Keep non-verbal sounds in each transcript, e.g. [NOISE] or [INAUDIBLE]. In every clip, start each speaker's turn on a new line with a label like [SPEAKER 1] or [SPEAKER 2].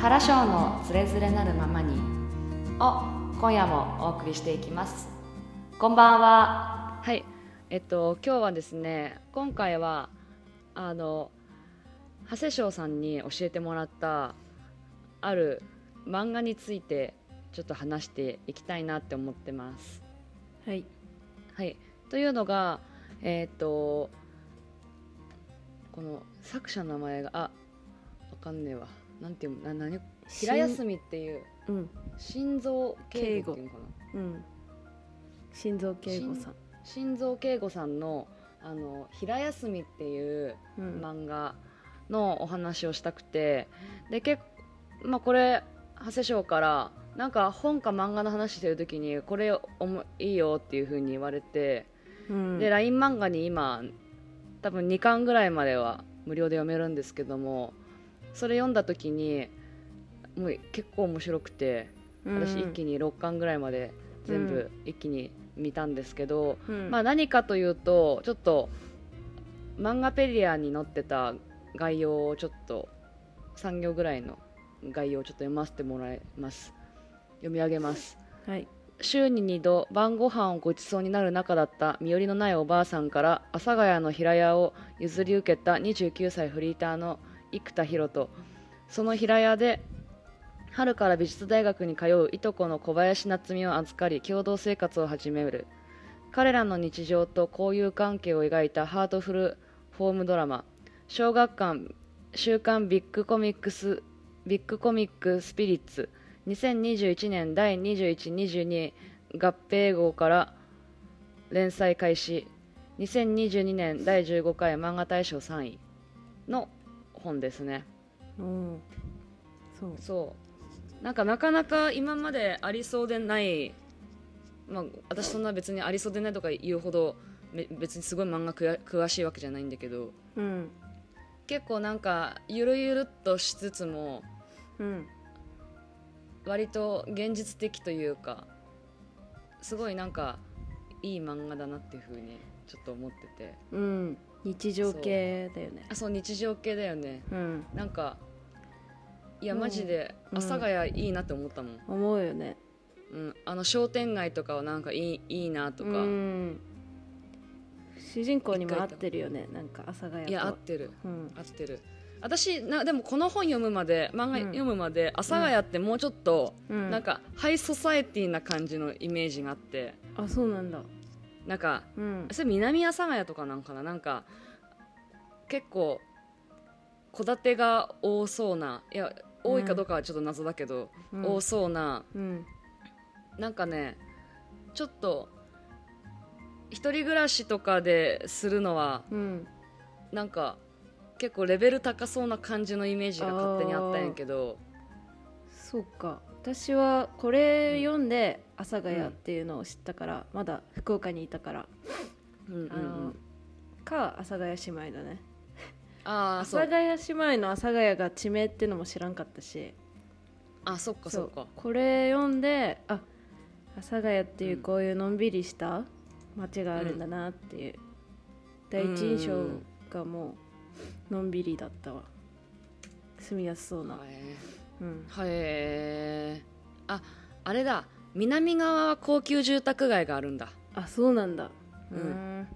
[SPEAKER 1] 原章のつれづれなるままにを今夜もお送りしていきますこんばんははいえっと今日はですね今回はあの長谷翔さんに教えてもらったある漫画についてちょっと話していきたいなって思ってます
[SPEAKER 2] はい
[SPEAKER 1] はい、というのが、えーっとこの作者の名前があわかんねえわなんていうな何平休みっていう
[SPEAKER 2] みうん
[SPEAKER 1] 心臓敬吾っていうのか
[SPEAKER 2] うん心臓敬吾さん
[SPEAKER 1] な心臓敬吾さんのあの平休みっていう
[SPEAKER 2] うん
[SPEAKER 1] 漫画のお話をしたくてで結構、まあ、これ長谷翔からなんか本か漫画の話してる時にこれおもいいよっていう風に言われて。
[SPEAKER 2] うん
[SPEAKER 1] で LINE 漫画に今多分2巻ぐらいまでは無料で読めるんですけどもそれ読んだ時にもう結構面白くて私一気に6巻ぐらいまで全部一気に見たんですけど、
[SPEAKER 2] うん
[SPEAKER 1] まあ、何かというとちょっと漫画ペディアに載ってた概要をちょっと3行ぐらいの概要をちょっと読ませてもらいます読み上げます
[SPEAKER 2] はい
[SPEAKER 1] 週に2度晩ご飯をごちそうになる仲だった身寄りのないおばあさんから阿佐ヶ谷の平屋を譲り受けた29歳フリーターの生田博人その平屋で春から美術大学に通ういとこの小林夏美を預かり共同生活を始める彼らの日常と交友関係を描いたハートフルホームドラマ「小学館週刊ビッグコミックスビッグコミックスピリッツ」2021年第2122合併号から連載開始2022年第15回漫画大賞3位の本ですね
[SPEAKER 2] うんそう
[SPEAKER 1] そうなんかなかなか今までありそうでないまあ私そんな別にありそうでないとか言うほどめ別にすごい漫画くや詳しいわけじゃないんだけど
[SPEAKER 2] うん
[SPEAKER 1] 結構なんかゆるゆるっとしつつも
[SPEAKER 2] うん
[SPEAKER 1] 割と現実的というかすごいなんかいい漫画だなっていうふうにちょっと思ってて
[SPEAKER 2] うん日常系だよね
[SPEAKER 1] あそう日常系だよね
[SPEAKER 2] うん
[SPEAKER 1] なんかいや
[SPEAKER 2] うん
[SPEAKER 1] マジで
[SPEAKER 2] う
[SPEAKER 1] 阿
[SPEAKER 2] ん
[SPEAKER 1] 佐ヶ谷いいなって思ったもん、
[SPEAKER 2] 思うよね
[SPEAKER 1] うん、あの商店街とかはなんかいいいいなとか、
[SPEAKER 2] うん主人公にも合ってるよねなんか阿佐ヶ谷と
[SPEAKER 1] いや合ってる
[SPEAKER 2] うん
[SPEAKER 1] 合ってる私なでもこの本読むまで漫画
[SPEAKER 2] うん
[SPEAKER 1] 読むまで阿佐ヶ谷ってもうちょっと、
[SPEAKER 2] うん
[SPEAKER 1] なんかハイソサエティな感じのイメージがあって
[SPEAKER 2] あそうなんだ
[SPEAKER 1] なんか
[SPEAKER 2] うん
[SPEAKER 1] それ南阿佐ヶ谷とかなんかななんか結構戸建てが多そうないや多いかどうかはちょっと謎だけど、
[SPEAKER 2] うん
[SPEAKER 1] 多そうな
[SPEAKER 2] うん
[SPEAKER 1] なんかねちょっと一人暮らしとかでするのは
[SPEAKER 2] うん
[SPEAKER 1] なんか結構レベル高そうな感じのイメージが勝手にあったんやけど
[SPEAKER 2] そうか私はこれ読んで阿佐ヶ谷っていうのを知ったからまだ福岡にいたから
[SPEAKER 1] うんうんう
[SPEAKER 2] あの
[SPEAKER 1] ん
[SPEAKER 2] か阿佐ヶ谷姉妹だね
[SPEAKER 1] あ
[SPEAKER 2] 阿
[SPEAKER 1] あ
[SPEAKER 2] 佐
[SPEAKER 1] そう
[SPEAKER 2] ヶ谷姉妹の阿佐ヶ谷が地名ってのも知らんかったし
[SPEAKER 1] あそっかそっか
[SPEAKER 2] これ読んであ阿佐ヶ谷っていうこういうのんびりした街があるんだなっていう、第一印象がもうのんびりだったわ住みやすそうな、
[SPEAKER 1] へ
[SPEAKER 2] うん
[SPEAKER 1] えへえああれだ南側は高級住宅街があるんだ
[SPEAKER 2] あそうなんだ
[SPEAKER 1] う
[SPEAKER 2] うんん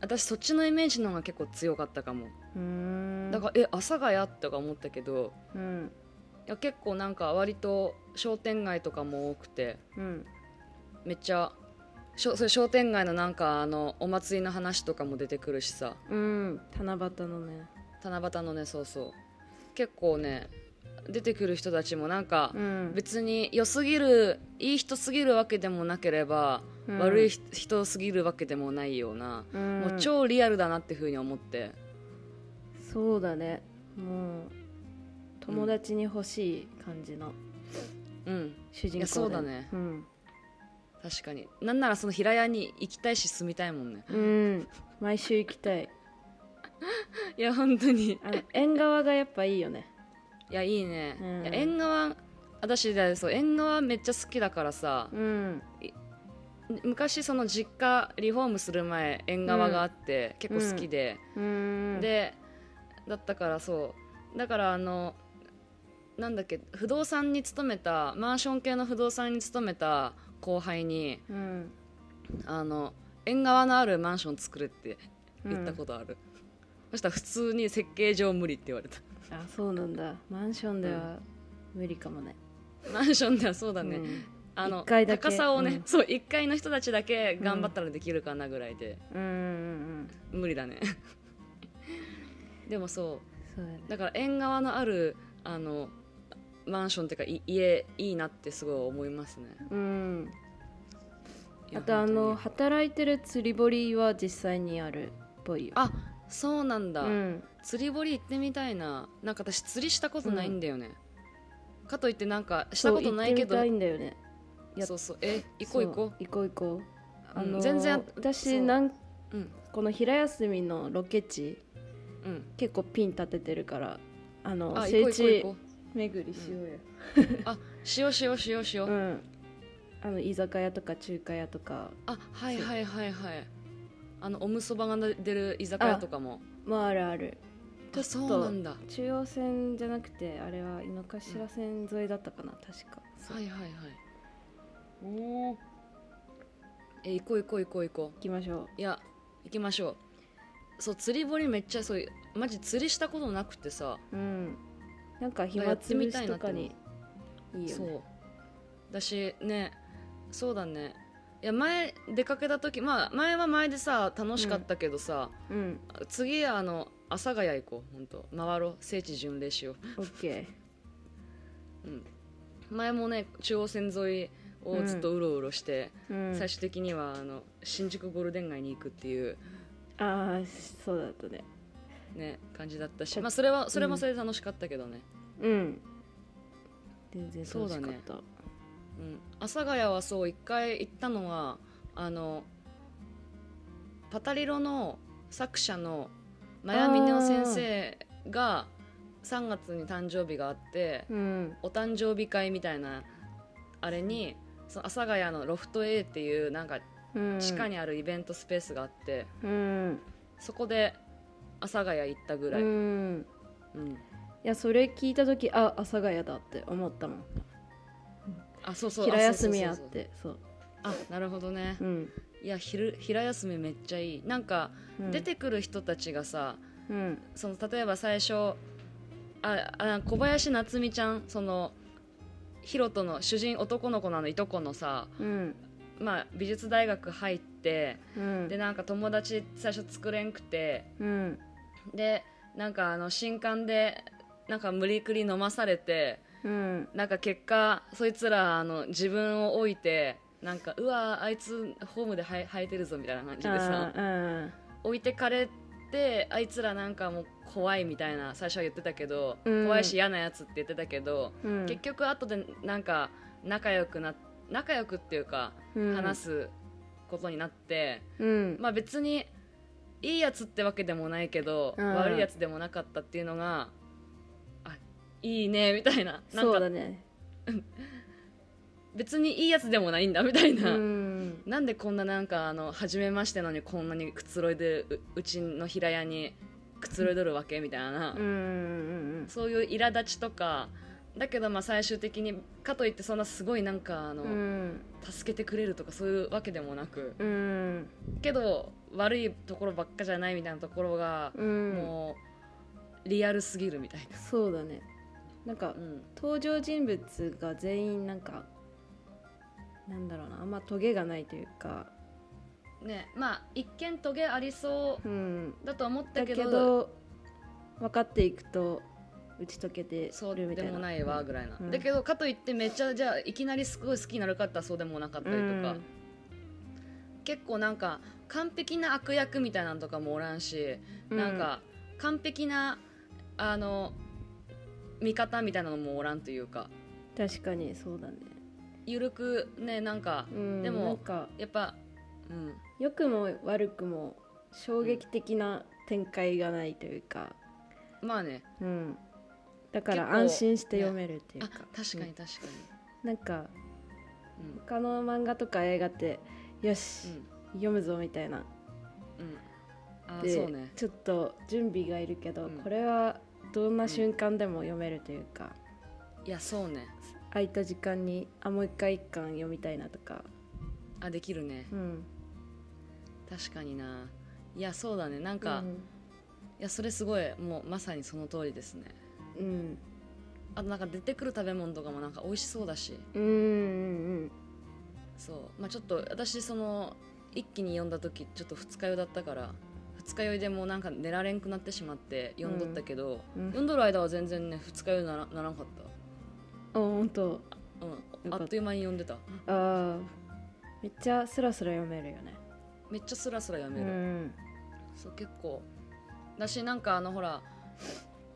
[SPEAKER 1] 私そっちのイメージの方が結構強かったかも
[SPEAKER 2] うん
[SPEAKER 1] だからえ阿佐ヶ谷とか思ったけど
[SPEAKER 2] うん
[SPEAKER 1] いや結構なんか割と商店街とかも多くて
[SPEAKER 2] うん
[SPEAKER 1] めっちゃしょそれ商店街のなんかあのお祭りの話とかも出てくるしさ
[SPEAKER 2] うん七夕のね
[SPEAKER 1] 七夕のねそうそう結構ね出てくる人たちもなんか
[SPEAKER 2] うん
[SPEAKER 1] 別に良すぎるいい人すぎるわけでもなければ、
[SPEAKER 2] うん
[SPEAKER 1] 悪いひ人すぎるわけでもないような、
[SPEAKER 2] うん
[SPEAKER 1] もう超リアルだなっていうふうに思って
[SPEAKER 2] そうだねもう友達に欲しい感じの
[SPEAKER 1] うん
[SPEAKER 2] 主人公
[SPEAKER 1] いやそうだね
[SPEAKER 2] うん、
[SPEAKER 1] 確かになんならその平屋に行きたいし住みたいもんね
[SPEAKER 2] うん、毎週行きたい
[SPEAKER 1] いや本当に
[SPEAKER 2] あの縁側がやっぱいいよね
[SPEAKER 1] いやいいね、
[SPEAKER 2] うん
[SPEAKER 1] いや縁側私だそう縁側めっちゃ好きだからさ、
[SPEAKER 2] うん
[SPEAKER 1] 昔その実家リフォームする前縁側があって、結構好きで、
[SPEAKER 2] うん
[SPEAKER 1] でだったからそうだからあのなんだっけ不動産に勤めたマンション系の不動産に勤めた後輩に
[SPEAKER 2] うん
[SPEAKER 1] あの縁側のあるマンション作れって
[SPEAKER 2] うん
[SPEAKER 1] 言ったことある、そしたら普通に設計上無理って言われた
[SPEAKER 2] あそうなんだマンションでは無理かもね、
[SPEAKER 1] マンションではそうだね、
[SPEAKER 2] うん
[SPEAKER 1] あの
[SPEAKER 2] 一階だけ
[SPEAKER 1] 高さをね、
[SPEAKER 2] うん
[SPEAKER 1] そう1階の人たちだけ頑張ったらできるかなぐらいで、
[SPEAKER 2] うんうん
[SPEAKER 1] 無理だねでもそ
[SPEAKER 2] うんそうだね
[SPEAKER 1] うだから縁側のあるあのマンションっていうかい家いいなってすごい思いますね
[SPEAKER 2] うん
[SPEAKER 1] いや
[SPEAKER 2] あとあの
[SPEAKER 1] 本
[SPEAKER 2] 働いてる釣り堀は実際にあるっぽいよ
[SPEAKER 1] 当にあそうなんだ、
[SPEAKER 2] うん
[SPEAKER 1] 釣り堀行ってみたいななんか私釣りしたことないんだよね、かといってなんかしたことないけど
[SPEAKER 2] そう行ってみたいんだよねや
[SPEAKER 1] そうそうえ行こう行こ
[SPEAKER 2] 行こう行こう
[SPEAKER 1] う、
[SPEAKER 2] あの、
[SPEAKER 1] うん全然
[SPEAKER 2] 私
[SPEAKER 1] そう
[SPEAKER 2] なん
[SPEAKER 1] うん
[SPEAKER 2] この平休みのロケ地
[SPEAKER 1] うん
[SPEAKER 2] 結構ピン立ててるからあの
[SPEAKER 1] あ行こう行こう行
[SPEAKER 2] 聖地
[SPEAKER 1] こう
[SPEAKER 2] 巡りしようよ
[SPEAKER 1] あしようしようしようしよう、
[SPEAKER 2] うんあの居酒屋とか中華屋とか
[SPEAKER 1] あはいはいはいはいあのおむそばが出る居酒屋とかも
[SPEAKER 2] もあるある
[SPEAKER 1] あそうなんだは
[SPEAKER 2] 中央線じゃなくてあれは井の頭線沿いだったかな確か
[SPEAKER 1] いはいはいおーえ行こう行こう行こう行こ
[SPEAKER 2] 行きましょ
[SPEAKER 1] ういや行きましょうそう釣り堀めっちゃそうマジ釣りしたことなくてさ
[SPEAKER 2] ううんなんか
[SPEAKER 1] や
[SPEAKER 2] 暇
[SPEAKER 1] って
[SPEAKER 2] つ
[SPEAKER 1] み
[SPEAKER 2] ぶ
[SPEAKER 1] たい
[SPEAKER 2] し
[SPEAKER 1] なっ
[SPEAKER 2] と
[SPEAKER 1] て
[SPEAKER 2] か
[SPEAKER 1] 思う
[SPEAKER 2] にいいよ
[SPEAKER 1] そ
[SPEAKER 2] ね
[SPEAKER 1] うだしねそうだねいや前出かけた時まあ前は前でさ楽しかったけどさ、
[SPEAKER 2] うん
[SPEAKER 1] 次あの阿佐ヶ谷行こう本当回ろう聖地巡礼しよう
[SPEAKER 2] オッケー
[SPEAKER 1] うん、前もね中央線沿いをずっとうろうろして、
[SPEAKER 2] うん、
[SPEAKER 1] 最終的にはあの新宿ゴールデン街に行くっていう、
[SPEAKER 2] ああそうだったね
[SPEAKER 1] ね、感じだったし、
[SPEAKER 2] た
[SPEAKER 1] まあ、それはそれもそれで楽しかったけどね、
[SPEAKER 2] うん全然楽
[SPEAKER 1] そ
[SPEAKER 2] し
[SPEAKER 1] うだ
[SPEAKER 2] かっ
[SPEAKER 1] ね
[SPEAKER 2] たう,、
[SPEAKER 1] うん、阿佐ヶ谷はそう一回行ったのはあのパタリロの作者のマヤミネオ先生が3月に誕生日があって
[SPEAKER 2] ん
[SPEAKER 1] お誕生日会みたいなあれにその阿佐ヶ谷のロフト A っていうなんか
[SPEAKER 2] うん、
[SPEAKER 1] 地下にあるイベントスペースがあって、
[SPEAKER 2] うん、
[SPEAKER 1] そこで阿佐ヶ谷行ったぐらい、
[SPEAKER 2] う
[SPEAKER 1] うん
[SPEAKER 2] ん、いやそれ聞いた時あ阿佐ヶ谷だって思ったもん
[SPEAKER 1] あそうそう
[SPEAKER 2] 平休み
[SPEAKER 1] あ
[SPEAKER 2] や
[SPEAKER 1] そ
[SPEAKER 2] っ
[SPEAKER 1] うそうそう
[SPEAKER 2] てそう
[SPEAKER 1] あなるほどね、
[SPEAKER 2] うん
[SPEAKER 1] いや昼平休みめっちゃいいなんか、
[SPEAKER 2] うん
[SPEAKER 1] 出てくる人たちがさ
[SPEAKER 2] うん
[SPEAKER 1] その例えば最初ああ小林夏美ちゃんそのヒロトの主人男の子のあのいとこのさ、
[SPEAKER 2] うん
[SPEAKER 1] まあ、美術大学入って
[SPEAKER 2] うん
[SPEAKER 1] でなんか友達最初作れんくて
[SPEAKER 2] うん
[SPEAKER 1] でなんかあの新刊でなんか無理くり飲まされて
[SPEAKER 2] うん
[SPEAKER 1] なんか結果そいつらあの自分を置いてなんかうわーあいつホームで生え生えてるぞみたいな感じでさ
[SPEAKER 2] あ
[SPEAKER 1] 置いてかれてあいつらなんかもう怖いみたいな最初は言ってたけど、
[SPEAKER 2] うん
[SPEAKER 1] 怖いし嫌なやつって言ってたけど、
[SPEAKER 2] ーうん
[SPEAKER 1] 結局後でなんか仲良くな仲良くっていうか
[SPEAKER 2] うん
[SPEAKER 1] 話すことになって、
[SPEAKER 2] うん
[SPEAKER 1] まあ別にいいやつってわけでもないけど、
[SPEAKER 2] うん
[SPEAKER 1] 悪いやつでもなかったっていうのがあいいねみたいななん
[SPEAKER 2] そう
[SPEAKER 1] か [LAUGHS]
[SPEAKER 2] だね
[SPEAKER 1] 別にいいやつでもないんだみたいうな、
[SPEAKER 2] ん
[SPEAKER 1] なんでこんななんかあの初めましてなのにこんなにくつろいでるううちの平屋にくつろいどるわけみたいな、
[SPEAKER 2] うんうん
[SPEAKER 1] そういう苛立ちとかだけどまあ最終的にかといってそんなすごいなんかあの、
[SPEAKER 2] うんうん
[SPEAKER 1] 助けてくれるとかそういうわけでもなく
[SPEAKER 2] うん
[SPEAKER 1] けど悪いところばっかじゃないみたいなところが、
[SPEAKER 2] うん
[SPEAKER 1] もうリアルすぎるみたい
[SPEAKER 2] そうだねなんか
[SPEAKER 1] な、うん、
[SPEAKER 2] 登場人物が全員なんかなんだろうなあんまトゲがないというか
[SPEAKER 1] ねまあ一見トゲありそ
[SPEAKER 2] うん
[SPEAKER 1] うだと思った
[SPEAKER 2] だ
[SPEAKER 1] け
[SPEAKER 2] け
[SPEAKER 1] ど
[SPEAKER 2] ど分かっていくと打ち解けて
[SPEAKER 1] そう
[SPEAKER 2] るみ
[SPEAKER 1] で
[SPEAKER 2] たいな
[SPEAKER 1] もないわぐらいな、
[SPEAKER 2] うん
[SPEAKER 1] だけどかといってめっちゃじゃあいきなりすごい好きになるかったらそうでもなかったりとか、結構なんか完璧な悪役みたいなのとかもおらんし、
[SPEAKER 2] うん
[SPEAKER 1] なんか完璧なあの味方みたいなのもおらんというか
[SPEAKER 2] 確かにそうだね、
[SPEAKER 1] ゆるくねなんか
[SPEAKER 2] うん、
[SPEAKER 1] でも
[SPEAKER 2] なんか
[SPEAKER 1] やっぱうん
[SPEAKER 2] 良くも悪くも衝撃的な展開がないというか、
[SPEAKER 1] まあね
[SPEAKER 2] うん、だから
[SPEAKER 1] 結構
[SPEAKER 2] 安心して読めるっていう
[SPEAKER 1] あ
[SPEAKER 2] か
[SPEAKER 1] 確かに確か
[SPEAKER 2] うんなんか
[SPEAKER 1] にうん
[SPEAKER 2] 他の漫画とか映画ってよし、読むぞみたいな
[SPEAKER 1] うんうんあ
[SPEAKER 2] で
[SPEAKER 1] そうね
[SPEAKER 2] ちょっと準備がいるけ
[SPEAKER 1] う
[SPEAKER 2] ど、
[SPEAKER 1] ん
[SPEAKER 2] これはどん
[SPEAKER 1] ん
[SPEAKER 2] な瞬間でも読めるというか、
[SPEAKER 1] いやそうね
[SPEAKER 2] 空いた時間にあもう一回一巻読みたいなとか
[SPEAKER 1] あできるね
[SPEAKER 2] うん
[SPEAKER 1] 確かにないやそうだねなんか、いやそれすごいもうまさにその通りですね
[SPEAKER 2] うん
[SPEAKER 1] あとなんか出てくる食べ物とかもなんか美味しそうだし
[SPEAKER 2] うんうん
[SPEAKER 1] そうまあちょっと私その一気に読んだ時ちょっと二日酔いだったから二日酔いでもうなんか寝られんくなってしまって読んどったけど、
[SPEAKER 2] うん
[SPEAKER 1] 読んどる間は全然ね二日酔いにならならんかっ
[SPEAKER 2] あ本当
[SPEAKER 1] た、うん、
[SPEAKER 2] よか
[SPEAKER 1] あ
[SPEAKER 2] った
[SPEAKER 1] っという間に読んでた
[SPEAKER 2] あーめっちゃスラスラ読めるよね
[SPEAKER 1] めっちゃスラスラ読
[SPEAKER 2] う
[SPEAKER 1] める、
[SPEAKER 2] ん
[SPEAKER 1] そう結構だしなんかあのほら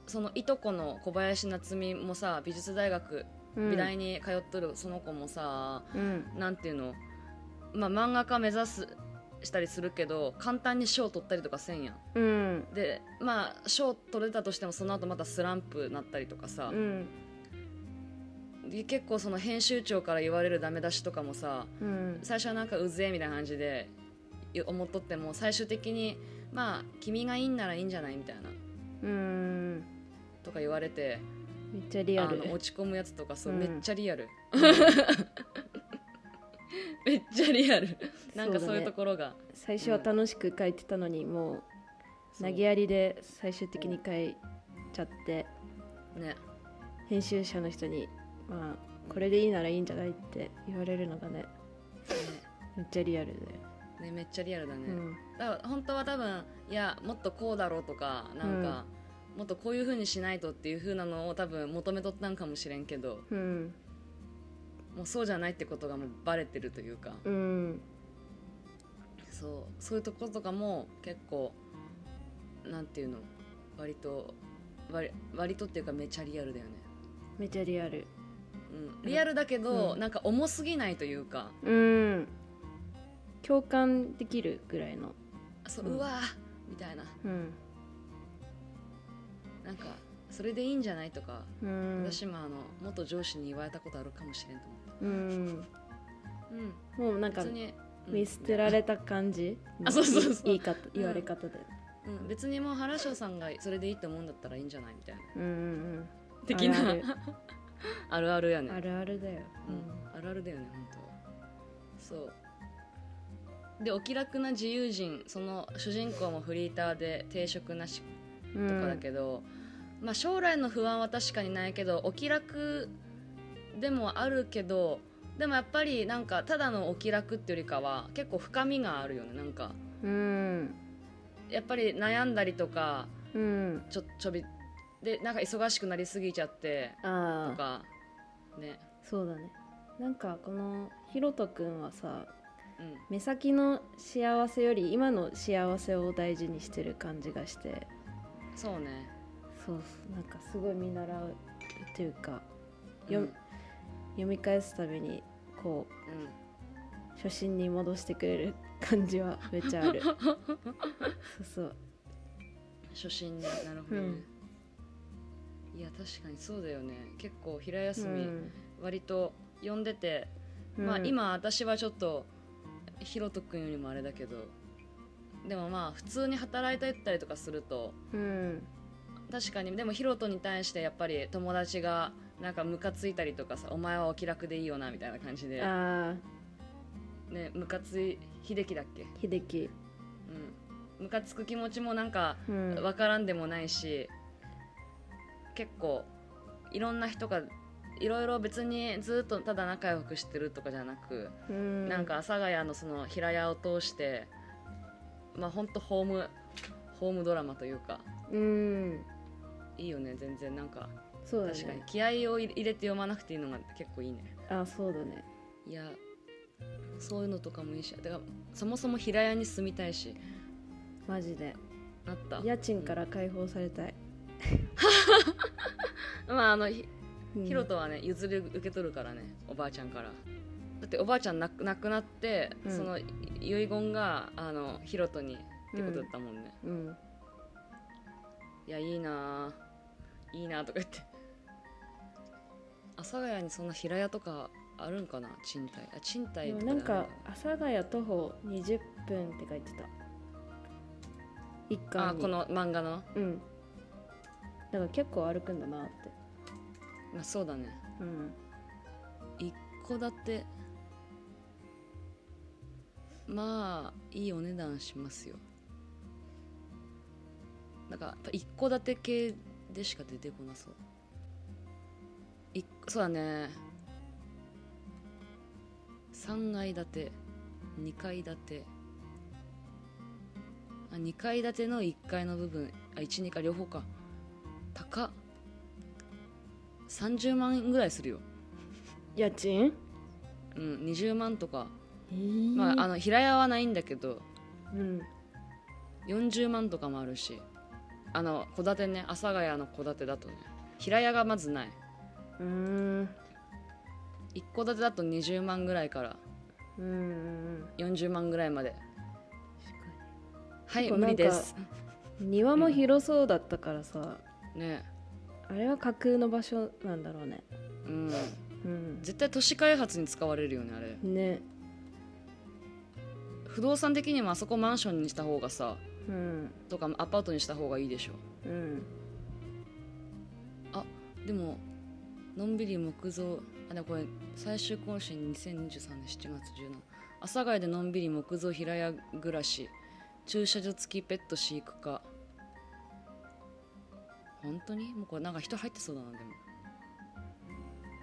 [SPEAKER 1] そのいとこの小林夏美もさ美術大学
[SPEAKER 2] うん
[SPEAKER 1] 美大に通っとるその子もさ、
[SPEAKER 2] うん
[SPEAKER 1] なんていうのまあ漫画家目指すしたりするけど簡単に賞取ったりとかせんやん
[SPEAKER 2] うん
[SPEAKER 1] でまあ賞取れたとしてもその後またスランプなったりとかさ
[SPEAKER 2] う、ん
[SPEAKER 1] で結構その編集長から言われるダメ出しとかもさ
[SPEAKER 2] うん
[SPEAKER 1] 最初はなんかうぜえみたいな感じでよ思っとっても最終的にまあ君がいいんならいいんじゃないみたいな
[SPEAKER 2] うん
[SPEAKER 1] とか言われて
[SPEAKER 2] めっちゃリア
[SPEAKER 1] あ
[SPEAKER 2] ル
[SPEAKER 1] の落ち込むやつとかそう、
[SPEAKER 2] うん
[SPEAKER 1] めっちゃリアル [LAUGHS] めっちゃリアルなんかそういうところが
[SPEAKER 2] 最初は楽しく書いてたのにもう
[SPEAKER 1] そう
[SPEAKER 2] 投げやりで最終的に書いちゃって
[SPEAKER 1] ね
[SPEAKER 2] 編集者の人に「まあこれでいいならいいんじゃない?」って言われるのがねめっちゃリアルで、
[SPEAKER 1] ねねめっちゃリアルだね、
[SPEAKER 2] うん
[SPEAKER 1] だから本当は多分いやもっとこうだろうとかなんか、もっとこういう風にしないとっていう風なのを多分求めとったんかもしれんけど
[SPEAKER 2] うん
[SPEAKER 1] もうそうじゃないってことがもうバレてるというか
[SPEAKER 2] うん
[SPEAKER 1] そうそういうとことかも結構なんていうの割と割割とっていうかめちゃリアルだよね、
[SPEAKER 2] めっちゃリアル
[SPEAKER 1] うん、リアルだけど、
[SPEAKER 2] うん
[SPEAKER 1] なんか重すぎないというか
[SPEAKER 2] うん共感できるぐらいの
[SPEAKER 1] そう,、
[SPEAKER 2] う
[SPEAKER 1] うんわーみたいな
[SPEAKER 2] うん
[SPEAKER 1] なんかそれでいいんじゃないとか、
[SPEAKER 2] うん
[SPEAKER 1] 私もあの元上司に言われたことあるかもしれんと思っ
[SPEAKER 2] うん
[SPEAKER 1] た、うん、
[SPEAKER 2] もうなんか
[SPEAKER 1] 別にうん
[SPEAKER 2] 見捨てられた感じ
[SPEAKER 1] あそうそうそう
[SPEAKER 2] 言い方言われ方で
[SPEAKER 1] うん、別にもう原翔さんがそれでいいと思うんだったらいいんじゃないみたいな
[SPEAKER 2] うんうんうん
[SPEAKER 1] 的な
[SPEAKER 2] ある
[SPEAKER 1] [LAUGHS] あるあるやね
[SPEAKER 2] あるあるだよ
[SPEAKER 1] うん、あるあるだよね本当そうでお気楽な自由人その主人公もフリーターで定職なし
[SPEAKER 2] うん
[SPEAKER 1] とかだけど、まあ将来の不安は確かにないけどお気楽でもあるけどでもやっぱりなんかただのお気楽っていうよりかは結構深みがあるよねなんか
[SPEAKER 2] うん
[SPEAKER 1] やっぱり悩んだりとか
[SPEAKER 2] うん
[SPEAKER 1] ちょちょびでなんか忙しくなりすぎちゃってと
[SPEAKER 2] ああ
[SPEAKER 1] かね
[SPEAKER 2] そうだねなんかこのひろとくんはさ
[SPEAKER 1] うん
[SPEAKER 2] 目先の幸せより今の幸せを大事にしてる感じがして
[SPEAKER 1] そうね
[SPEAKER 2] そうそうなんかすごい見習うっていうか
[SPEAKER 1] う
[SPEAKER 2] よ
[SPEAKER 1] ん
[SPEAKER 2] 読み返すたびにこう
[SPEAKER 1] うん
[SPEAKER 2] 初心に戻してくれる感じはめっちゃ
[SPEAKER 1] [LAUGHS]
[SPEAKER 2] あるそうそう
[SPEAKER 1] 初心になるほどね、いや確かにそうだよね結構平休み、割と読んでて、
[SPEAKER 2] うん
[SPEAKER 1] まあ
[SPEAKER 2] うん
[SPEAKER 1] 今私はちょっとひろとくんよりもあれだけどでもまあ普通に働いてったりとかすると
[SPEAKER 2] うん
[SPEAKER 1] 確かにでもひろとに対してやっぱり友達がなんかムカついたりとかさ「お前はお気楽でいいよな」みたいな感じで、
[SPEAKER 2] ああ
[SPEAKER 1] ね、ムカつい秀樹だっけ、
[SPEAKER 2] 秀樹
[SPEAKER 1] うん、ムカつく気持ちもなんか
[SPEAKER 2] うん
[SPEAKER 1] 分からんでもないし結構いろんな人がいろいろ別にずっとただ仲良くしてるとかじゃなく、
[SPEAKER 2] うん
[SPEAKER 1] なんか阿佐ヶ谷のその平屋を通してまあほんとホームホームドラマというか
[SPEAKER 2] うん
[SPEAKER 1] いいよね全然なんか
[SPEAKER 2] そうだね
[SPEAKER 1] 確かに気合を入れて読まなくていいのが結構いいね
[SPEAKER 2] あそうだね
[SPEAKER 1] いやそういうのとかもいいしだからそもそも平屋に住みたいし
[SPEAKER 2] マジで
[SPEAKER 1] なった
[SPEAKER 2] 家賃から解放されたい、
[SPEAKER 1] まああのひ
[SPEAKER 2] うん
[SPEAKER 1] ヒロトはね譲り受け取るからねおばあちゃんからだっておばあちゃん亡く亡くなって、
[SPEAKER 2] うん
[SPEAKER 1] そのい遺言があのヒロトにってことだったもんね、
[SPEAKER 2] うん
[SPEAKER 1] いやいいなあいいなあとか言って阿佐ヶ谷にそんな平屋とかあるんかな賃貸あ賃貸
[SPEAKER 2] で
[SPEAKER 1] とか
[SPEAKER 2] もなん
[SPEAKER 1] じゃ
[SPEAKER 2] か
[SPEAKER 1] い
[SPEAKER 2] 「阿佐ヶ谷徒歩20分」って書いてた一
[SPEAKER 1] あ
[SPEAKER 2] 巻に
[SPEAKER 1] この漫画の
[SPEAKER 2] うんだから結構歩くんだなって
[SPEAKER 1] まあ、そうだね
[SPEAKER 2] うん
[SPEAKER 1] 一戸建てまあいいお値段しますよなんかやっぱ一戸建て系でしか出てこなそう一そうだね3階建て2階建てあ2階建ての1階の部分あ12階両方か高っ30万ぐらいするよ
[SPEAKER 2] 家賃
[SPEAKER 1] うん20万とか
[SPEAKER 2] えー
[SPEAKER 1] まあ、あの平屋はないんだけど
[SPEAKER 2] うん
[SPEAKER 1] 40万とかもあるしあの戸建てね阿佐ヶ谷の戸建てだとね平屋がまずないう
[SPEAKER 2] ーん
[SPEAKER 1] 一戸建てだと20万ぐらいから
[SPEAKER 2] うんうん
[SPEAKER 1] 40万ぐらいまで
[SPEAKER 2] 確か
[SPEAKER 1] はい
[SPEAKER 2] 結構な
[SPEAKER 1] 無
[SPEAKER 2] んか
[SPEAKER 1] 理です
[SPEAKER 2] に庭も広そうだったからさ、
[SPEAKER 1] ね
[SPEAKER 2] あれは架空の場所なんだろうね
[SPEAKER 1] うん
[SPEAKER 2] うん
[SPEAKER 1] 絶対都市開発に使われるよねあれ
[SPEAKER 2] ね
[SPEAKER 1] 不動産的にもあそこマンションにした方がさ
[SPEAKER 2] うん
[SPEAKER 1] とかアパートにした方がいいでしょ
[SPEAKER 2] うん
[SPEAKER 1] でものんびり木造あでもこれ最終更新2023年7月17阿佐ヶ谷でのんびり木造平屋暮らし駐車場付きペット飼育家本当にもうこれなんか人入ってそうだなでも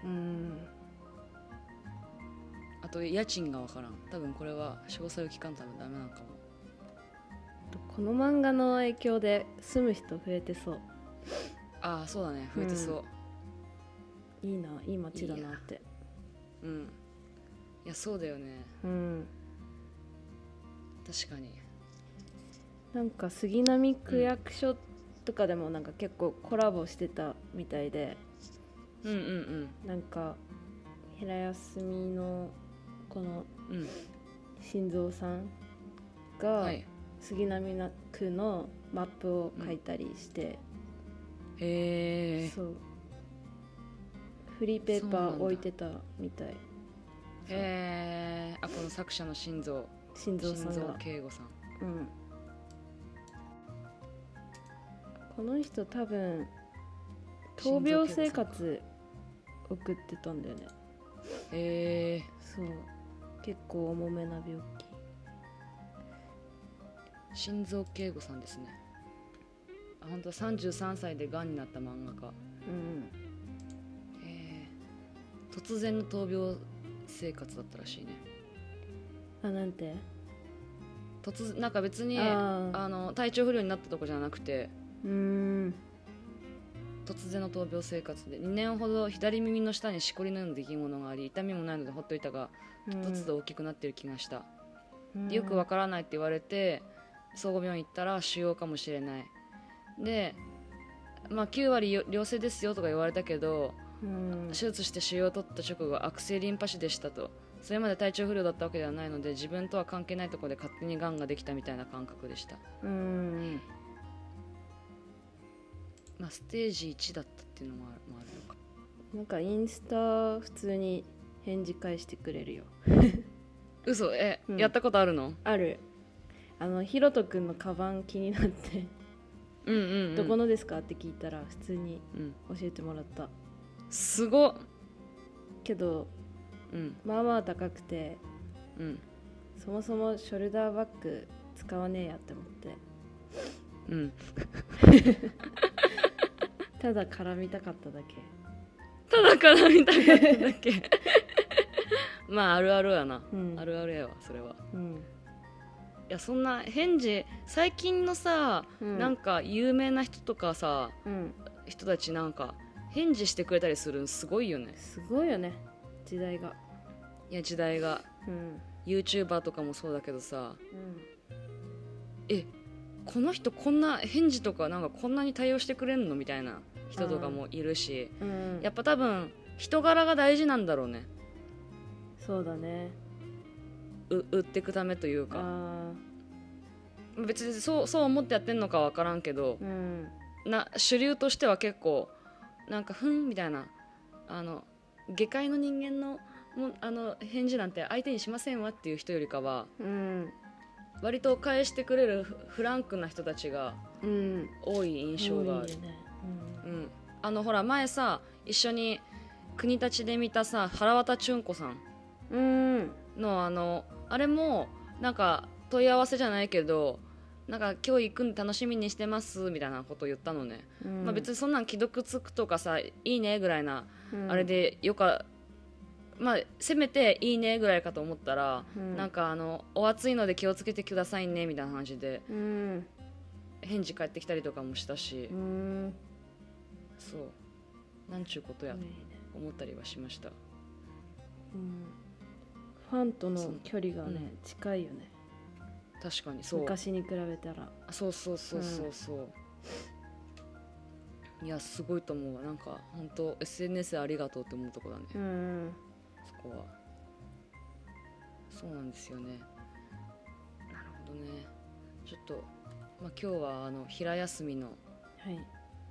[SPEAKER 2] うん
[SPEAKER 1] あと家賃がわからん多分これは詳細を聞かんと多分ダメなのかも
[SPEAKER 2] この漫画の影響で住む人増えてそう
[SPEAKER 1] ああそうだね増えてそう
[SPEAKER 2] いいないい街だなって
[SPEAKER 1] うん、いやそうだよね
[SPEAKER 2] うん
[SPEAKER 1] 確かに
[SPEAKER 2] なんか杉並区役所とかでもなんか結構コラボしてたみたいで、
[SPEAKER 1] うんうん
[SPEAKER 2] なんか平休みのこの
[SPEAKER 1] うんうん
[SPEAKER 2] 心臓さんが
[SPEAKER 1] はい
[SPEAKER 2] 杉並区のマップを書いたりして、
[SPEAKER 1] へえ
[SPEAKER 2] そうフリーペー
[SPEAKER 1] そう
[SPEAKER 2] パ
[SPEAKER 1] なん
[SPEAKER 2] ー
[SPEAKER 1] だ
[SPEAKER 2] 置いてたみたい
[SPEAKER 1] へえあこの作者の心臓
[SPEAKER 2] 心臓
[SPEAKER 1] 心
[SPEAKER 2] さん
[SPEAKER 1] 臓
[SPEAKER 2] が、
[SPEAKER 1] 敬吾さん
[SPEAKER 2] うん、この人多分闘病生活送ってたんだよね
[SPEAKER 1] へえ
[SPEAKER 2] そう結構重めな病気
[SPEAKER 1] 心臓敬吾さんですねあ本当三33歳でがんになった漫画家
[SPEAKER 2] う
[SPEAKER 1] へ
[SPEAKER 2] ん
[SPEAKER 1] え突然の闘病生活だったらしいね
[SPEAKER 2] あなんて
[SPEAKER 1] 突なんか別にあ
[SPEAKER 2] ああ
[SPEAKER 1] の体調不良になったとかじゃなくて
[SPEAKER 2] うーん
[SPEAKER 1] 突然の闘病生活で2年ほど左耳の下にしこりのような出来物があり痛みもないのでほっといたが突如大きくなってる気がした、でよくわ
[SPEAKER 2] か
[SPEAKER 1] からないって言われて総合病院行ったら腫瘍かもしれないで、まあ、9割よ良性ですよとか言われたけど
[SPEAKER 2] うん
[SPEAKER 1] 手術して腫瘍を取った直後は悪性リンパ腫でしたとそれまで体調不良だったわけではないので自分とは関係ないところで勝手にがんができたみたいな感覚でした、
[SPEAKER 2] うん
[SPEAKER 1] まあ、ステージ1だったっていうのもあるもあるのか
[SPEAKER 2] なんかインスタ普通に返事返してくれるよ
[SPEAKER 1] 嘘え、
[SPEAKER 2] うん
[SPEAKER 1] やったことあるの
[SPEAKER 2] あるあのひろとくんのカバン気になって
[SPEAKER 1] うんうん、
[SPEAKER 2] 「
[SPEAKER 1] うん、
[SPEAKER 2] どこのですか?」って聞いたら普通に
[SPEAKER 1] うん、
[SPEAKER 2] 教えてもらった
[SPEAKER 1] すごっ
[SPEAKER 2] けど
[SPEAKER 1] うん
[SPEAKER 2] まあまあ高くて
[SPEAKER 1] うん
[SPEAKER 2] そもそもショルダーバッグ使わねえやって思って
[SPEAKER 1] うん
[SPEAKER 2] ただ絡みたかっただけ
[SPEAKER 1] ただから見たかっただけ [LAUGHS] まああるあるやな、
[SPEAKER 2] うん
[SPEAKER 1] あるあるやわそれは
[SPEAKER 2] うん
[SPEAKER 1] いやそんな返事最近のさ、
[SPEAKER 2] うん
[SPEAKER 1] なんか有名な人とかさ
[SPEAKER 2] うん
[SPEAKER 1] 人たちなんか返事してくれたりするのすごいよね
[SPEAKER 2] すごいよね時代が
[SPEAKER 1] いや時代が
[SPEAKER 2] うん、
[SPEAKER 1] YouTuber とかもそうだけどさ
[SPEAKER 2] うん、
[SPEAKER 1] えこの人こんな返事とかなんかこんなに対応してくれんのみたいな人とかもいるし、
[SPEAKER 2] うん
[SPEAKER 1] やっぱ多分人柄が大事なんだろうね
[SPEAKER 2] そうだね
[SPEAKER 1] う売ってくためというか
[SPEAKER 2] あ
[SPEAKER 1] 別にそうそう思ってやってんのか分からんけど
[SPEAKER 2] ー、うん
[SPEAKER 1] な主流としては結構なんか「ふん」みたいなあの下界の人間のもあの返事なんて相手にしませんわっていう人よりかは
[SPEAKER 2] うん
[SPEAKER 1] 割と返してくれるフフランクな人たちが
[SPEAKER 2] うん
[SPEAKER 1] 多い印象があ
[SPEAKER 2] 多い
[SPEAKER 1] る
[SPEAKER 2] よ、ね
[SPEAKER 1] うん、あのほら前さ一緒に国立で見たさ原渡純子さん
[SPEAKER 2] うん
[SPEAKER 1] のあのあれもなんか問い合わせじゃないけどなんか今日行くん楽しみにしてますみたいなこと言ったのね、
[SPEAKER 2] うん
[SPEAKER 1] まあ別にそんなん既読つくとかさいいねぐらいな
[SPEAKER 2] うん
[SPEAKER 1] あれでよか、まあせめていいねぐらいかと思ったら、
[SPEAKER 2] うん
[SPEAKER 1] なんかあのお暑いので気をつけてくださいねみたいな話で
[SPEAKER 2] うん
[SPEAKER 1] 返事返ってきたりとかもしたし、
[SPEAKER 2] うん
[SPEAKER 1] そうなんちゅうことやと思ったりはしました、
[SPEAKER 2] うんファンとの距離が
[SPEAKER 1] う
[SPEAKER 2] ね、
[SPEAKER 1] ん
[SPEAKER 2] 近いよね
[SPEAKER 1] 確かにそう
[SPEAKER 2] 昔に比べたら
[SPEAKER 1] あそうそうそうそうそう、いやすごいと思うわなんか本当 SNS ありがとうって思うとこだね、
[SPEAKER 2] うん
[SPEAKER 1] そこはそうなんですよねなるほどねちょっと、まあ、今日はあの平休みの
[SPEAKER 2] はい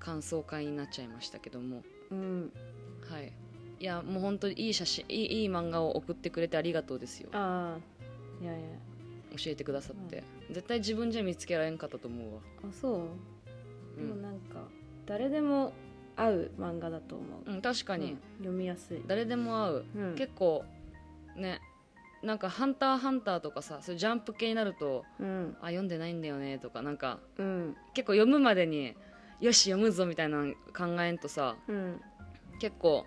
[SPEAKER 1] 感想会になっちゃいましたけども
[SPEAKER 2] うん
[SPEAKER 1] はいいやもう本当にいい写真いいいい漫画を送ってくれてありがとうですよ
[SPEAKER 2] ああいやいや
[SPEAKER 1] 教えてくださって、絶対自分じゃ見つけられんかったと思うわ、
[SPEAKER 2] あそう、
[SPEAKER 1] う
[SPEAKER 2] でも
[SPEAKER 1] ん
[SPEAKER 2] なんか誰でも合う漫画だと思う、
[SPEAKER 1] うん、確かに、
[SPEAKER 2] うん読みやすい、
[SPEAKER 1] 誰でも会う
[SPEAKER 2] うん、
[SPEAKER 1] 結構ねなんか「ハンターハンター」とかさそういうジャンプ系になると
[SPEAKER 2] うん
[SPEAKER 1] 「あ読んでないんだよね」とかなんか
[SPEAKER 2] うん
[SPEAKER 1] 結構読むまでに「よし読むぞ」みたいなの考えんとさ
[SPEAKER 2] うん
[SPEAKER 1] 結構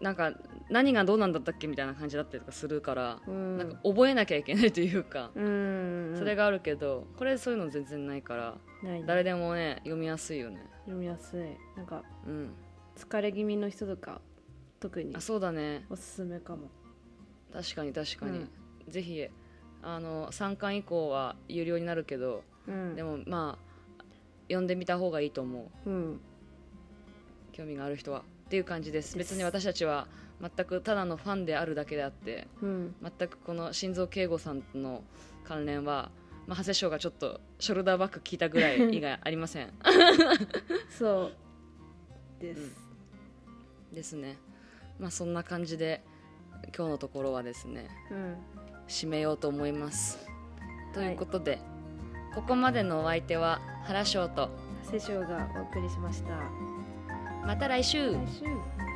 [SPEAKER 1] なんか何がどうなんだったっけみたいな感じだったりとかするから、
[SPEAKER 2] うん
[SPEAKER 1] なんか覚えなきゃいけないというか、
[SPEAKER 2] うん
[SPEAKER 1] それ
[SPEAKER 2] が
[SPEAKER 1] があるけどこれそういうの全然ないから
[SPEAKER 2] ないね
[SPEAKER 1] 誰でもね読みやすいよね。
[SPEAKER 2] 読みやすいなんか
[SPEAKER 1] うん、
[SPEAKER 2] 疲れ気味の人とか特に
[SPEAKER 1] あそうだね
[SPEAKER 2] おすすめかも
[SPEAKER 1] 確かに確かに、ぜひあの3巻以降は有料になるけど
[SPEAKER 2] うん
[SPEAKER 1] でもまあ読んでみた方がいいと思う
[SPEAKER 2] うん
[SPEAKER 1] 興味がある人はっていう感じです
[SPEAKER 2] です
[SPEAKER 1] 別に私たちは全くただのファンであるだけであって
[SPEAKER 2] うん
[SPEAKER 1] 全くこの心臓敬吾さんとの関連は、まあ、長谷翔がちょっとショルダーバッグ聞いたぐらい以外ありません
[SPEAKER 2] そうです、
[SPEAKER 1] [LAUGHS] ですねまあそんな感じで今日のところはですね
[SPEAKER 2] うん
[SPEAKER 1] 締めようと思いますと
[SPEAKER 2] はい
[SPEAKER 1] いうことで、ここまでのお相手は原翔と
[SPEAKER 2] セショウがお送りしました。
[SPEAKER 1] また来週
[SPEAKER 2] 来週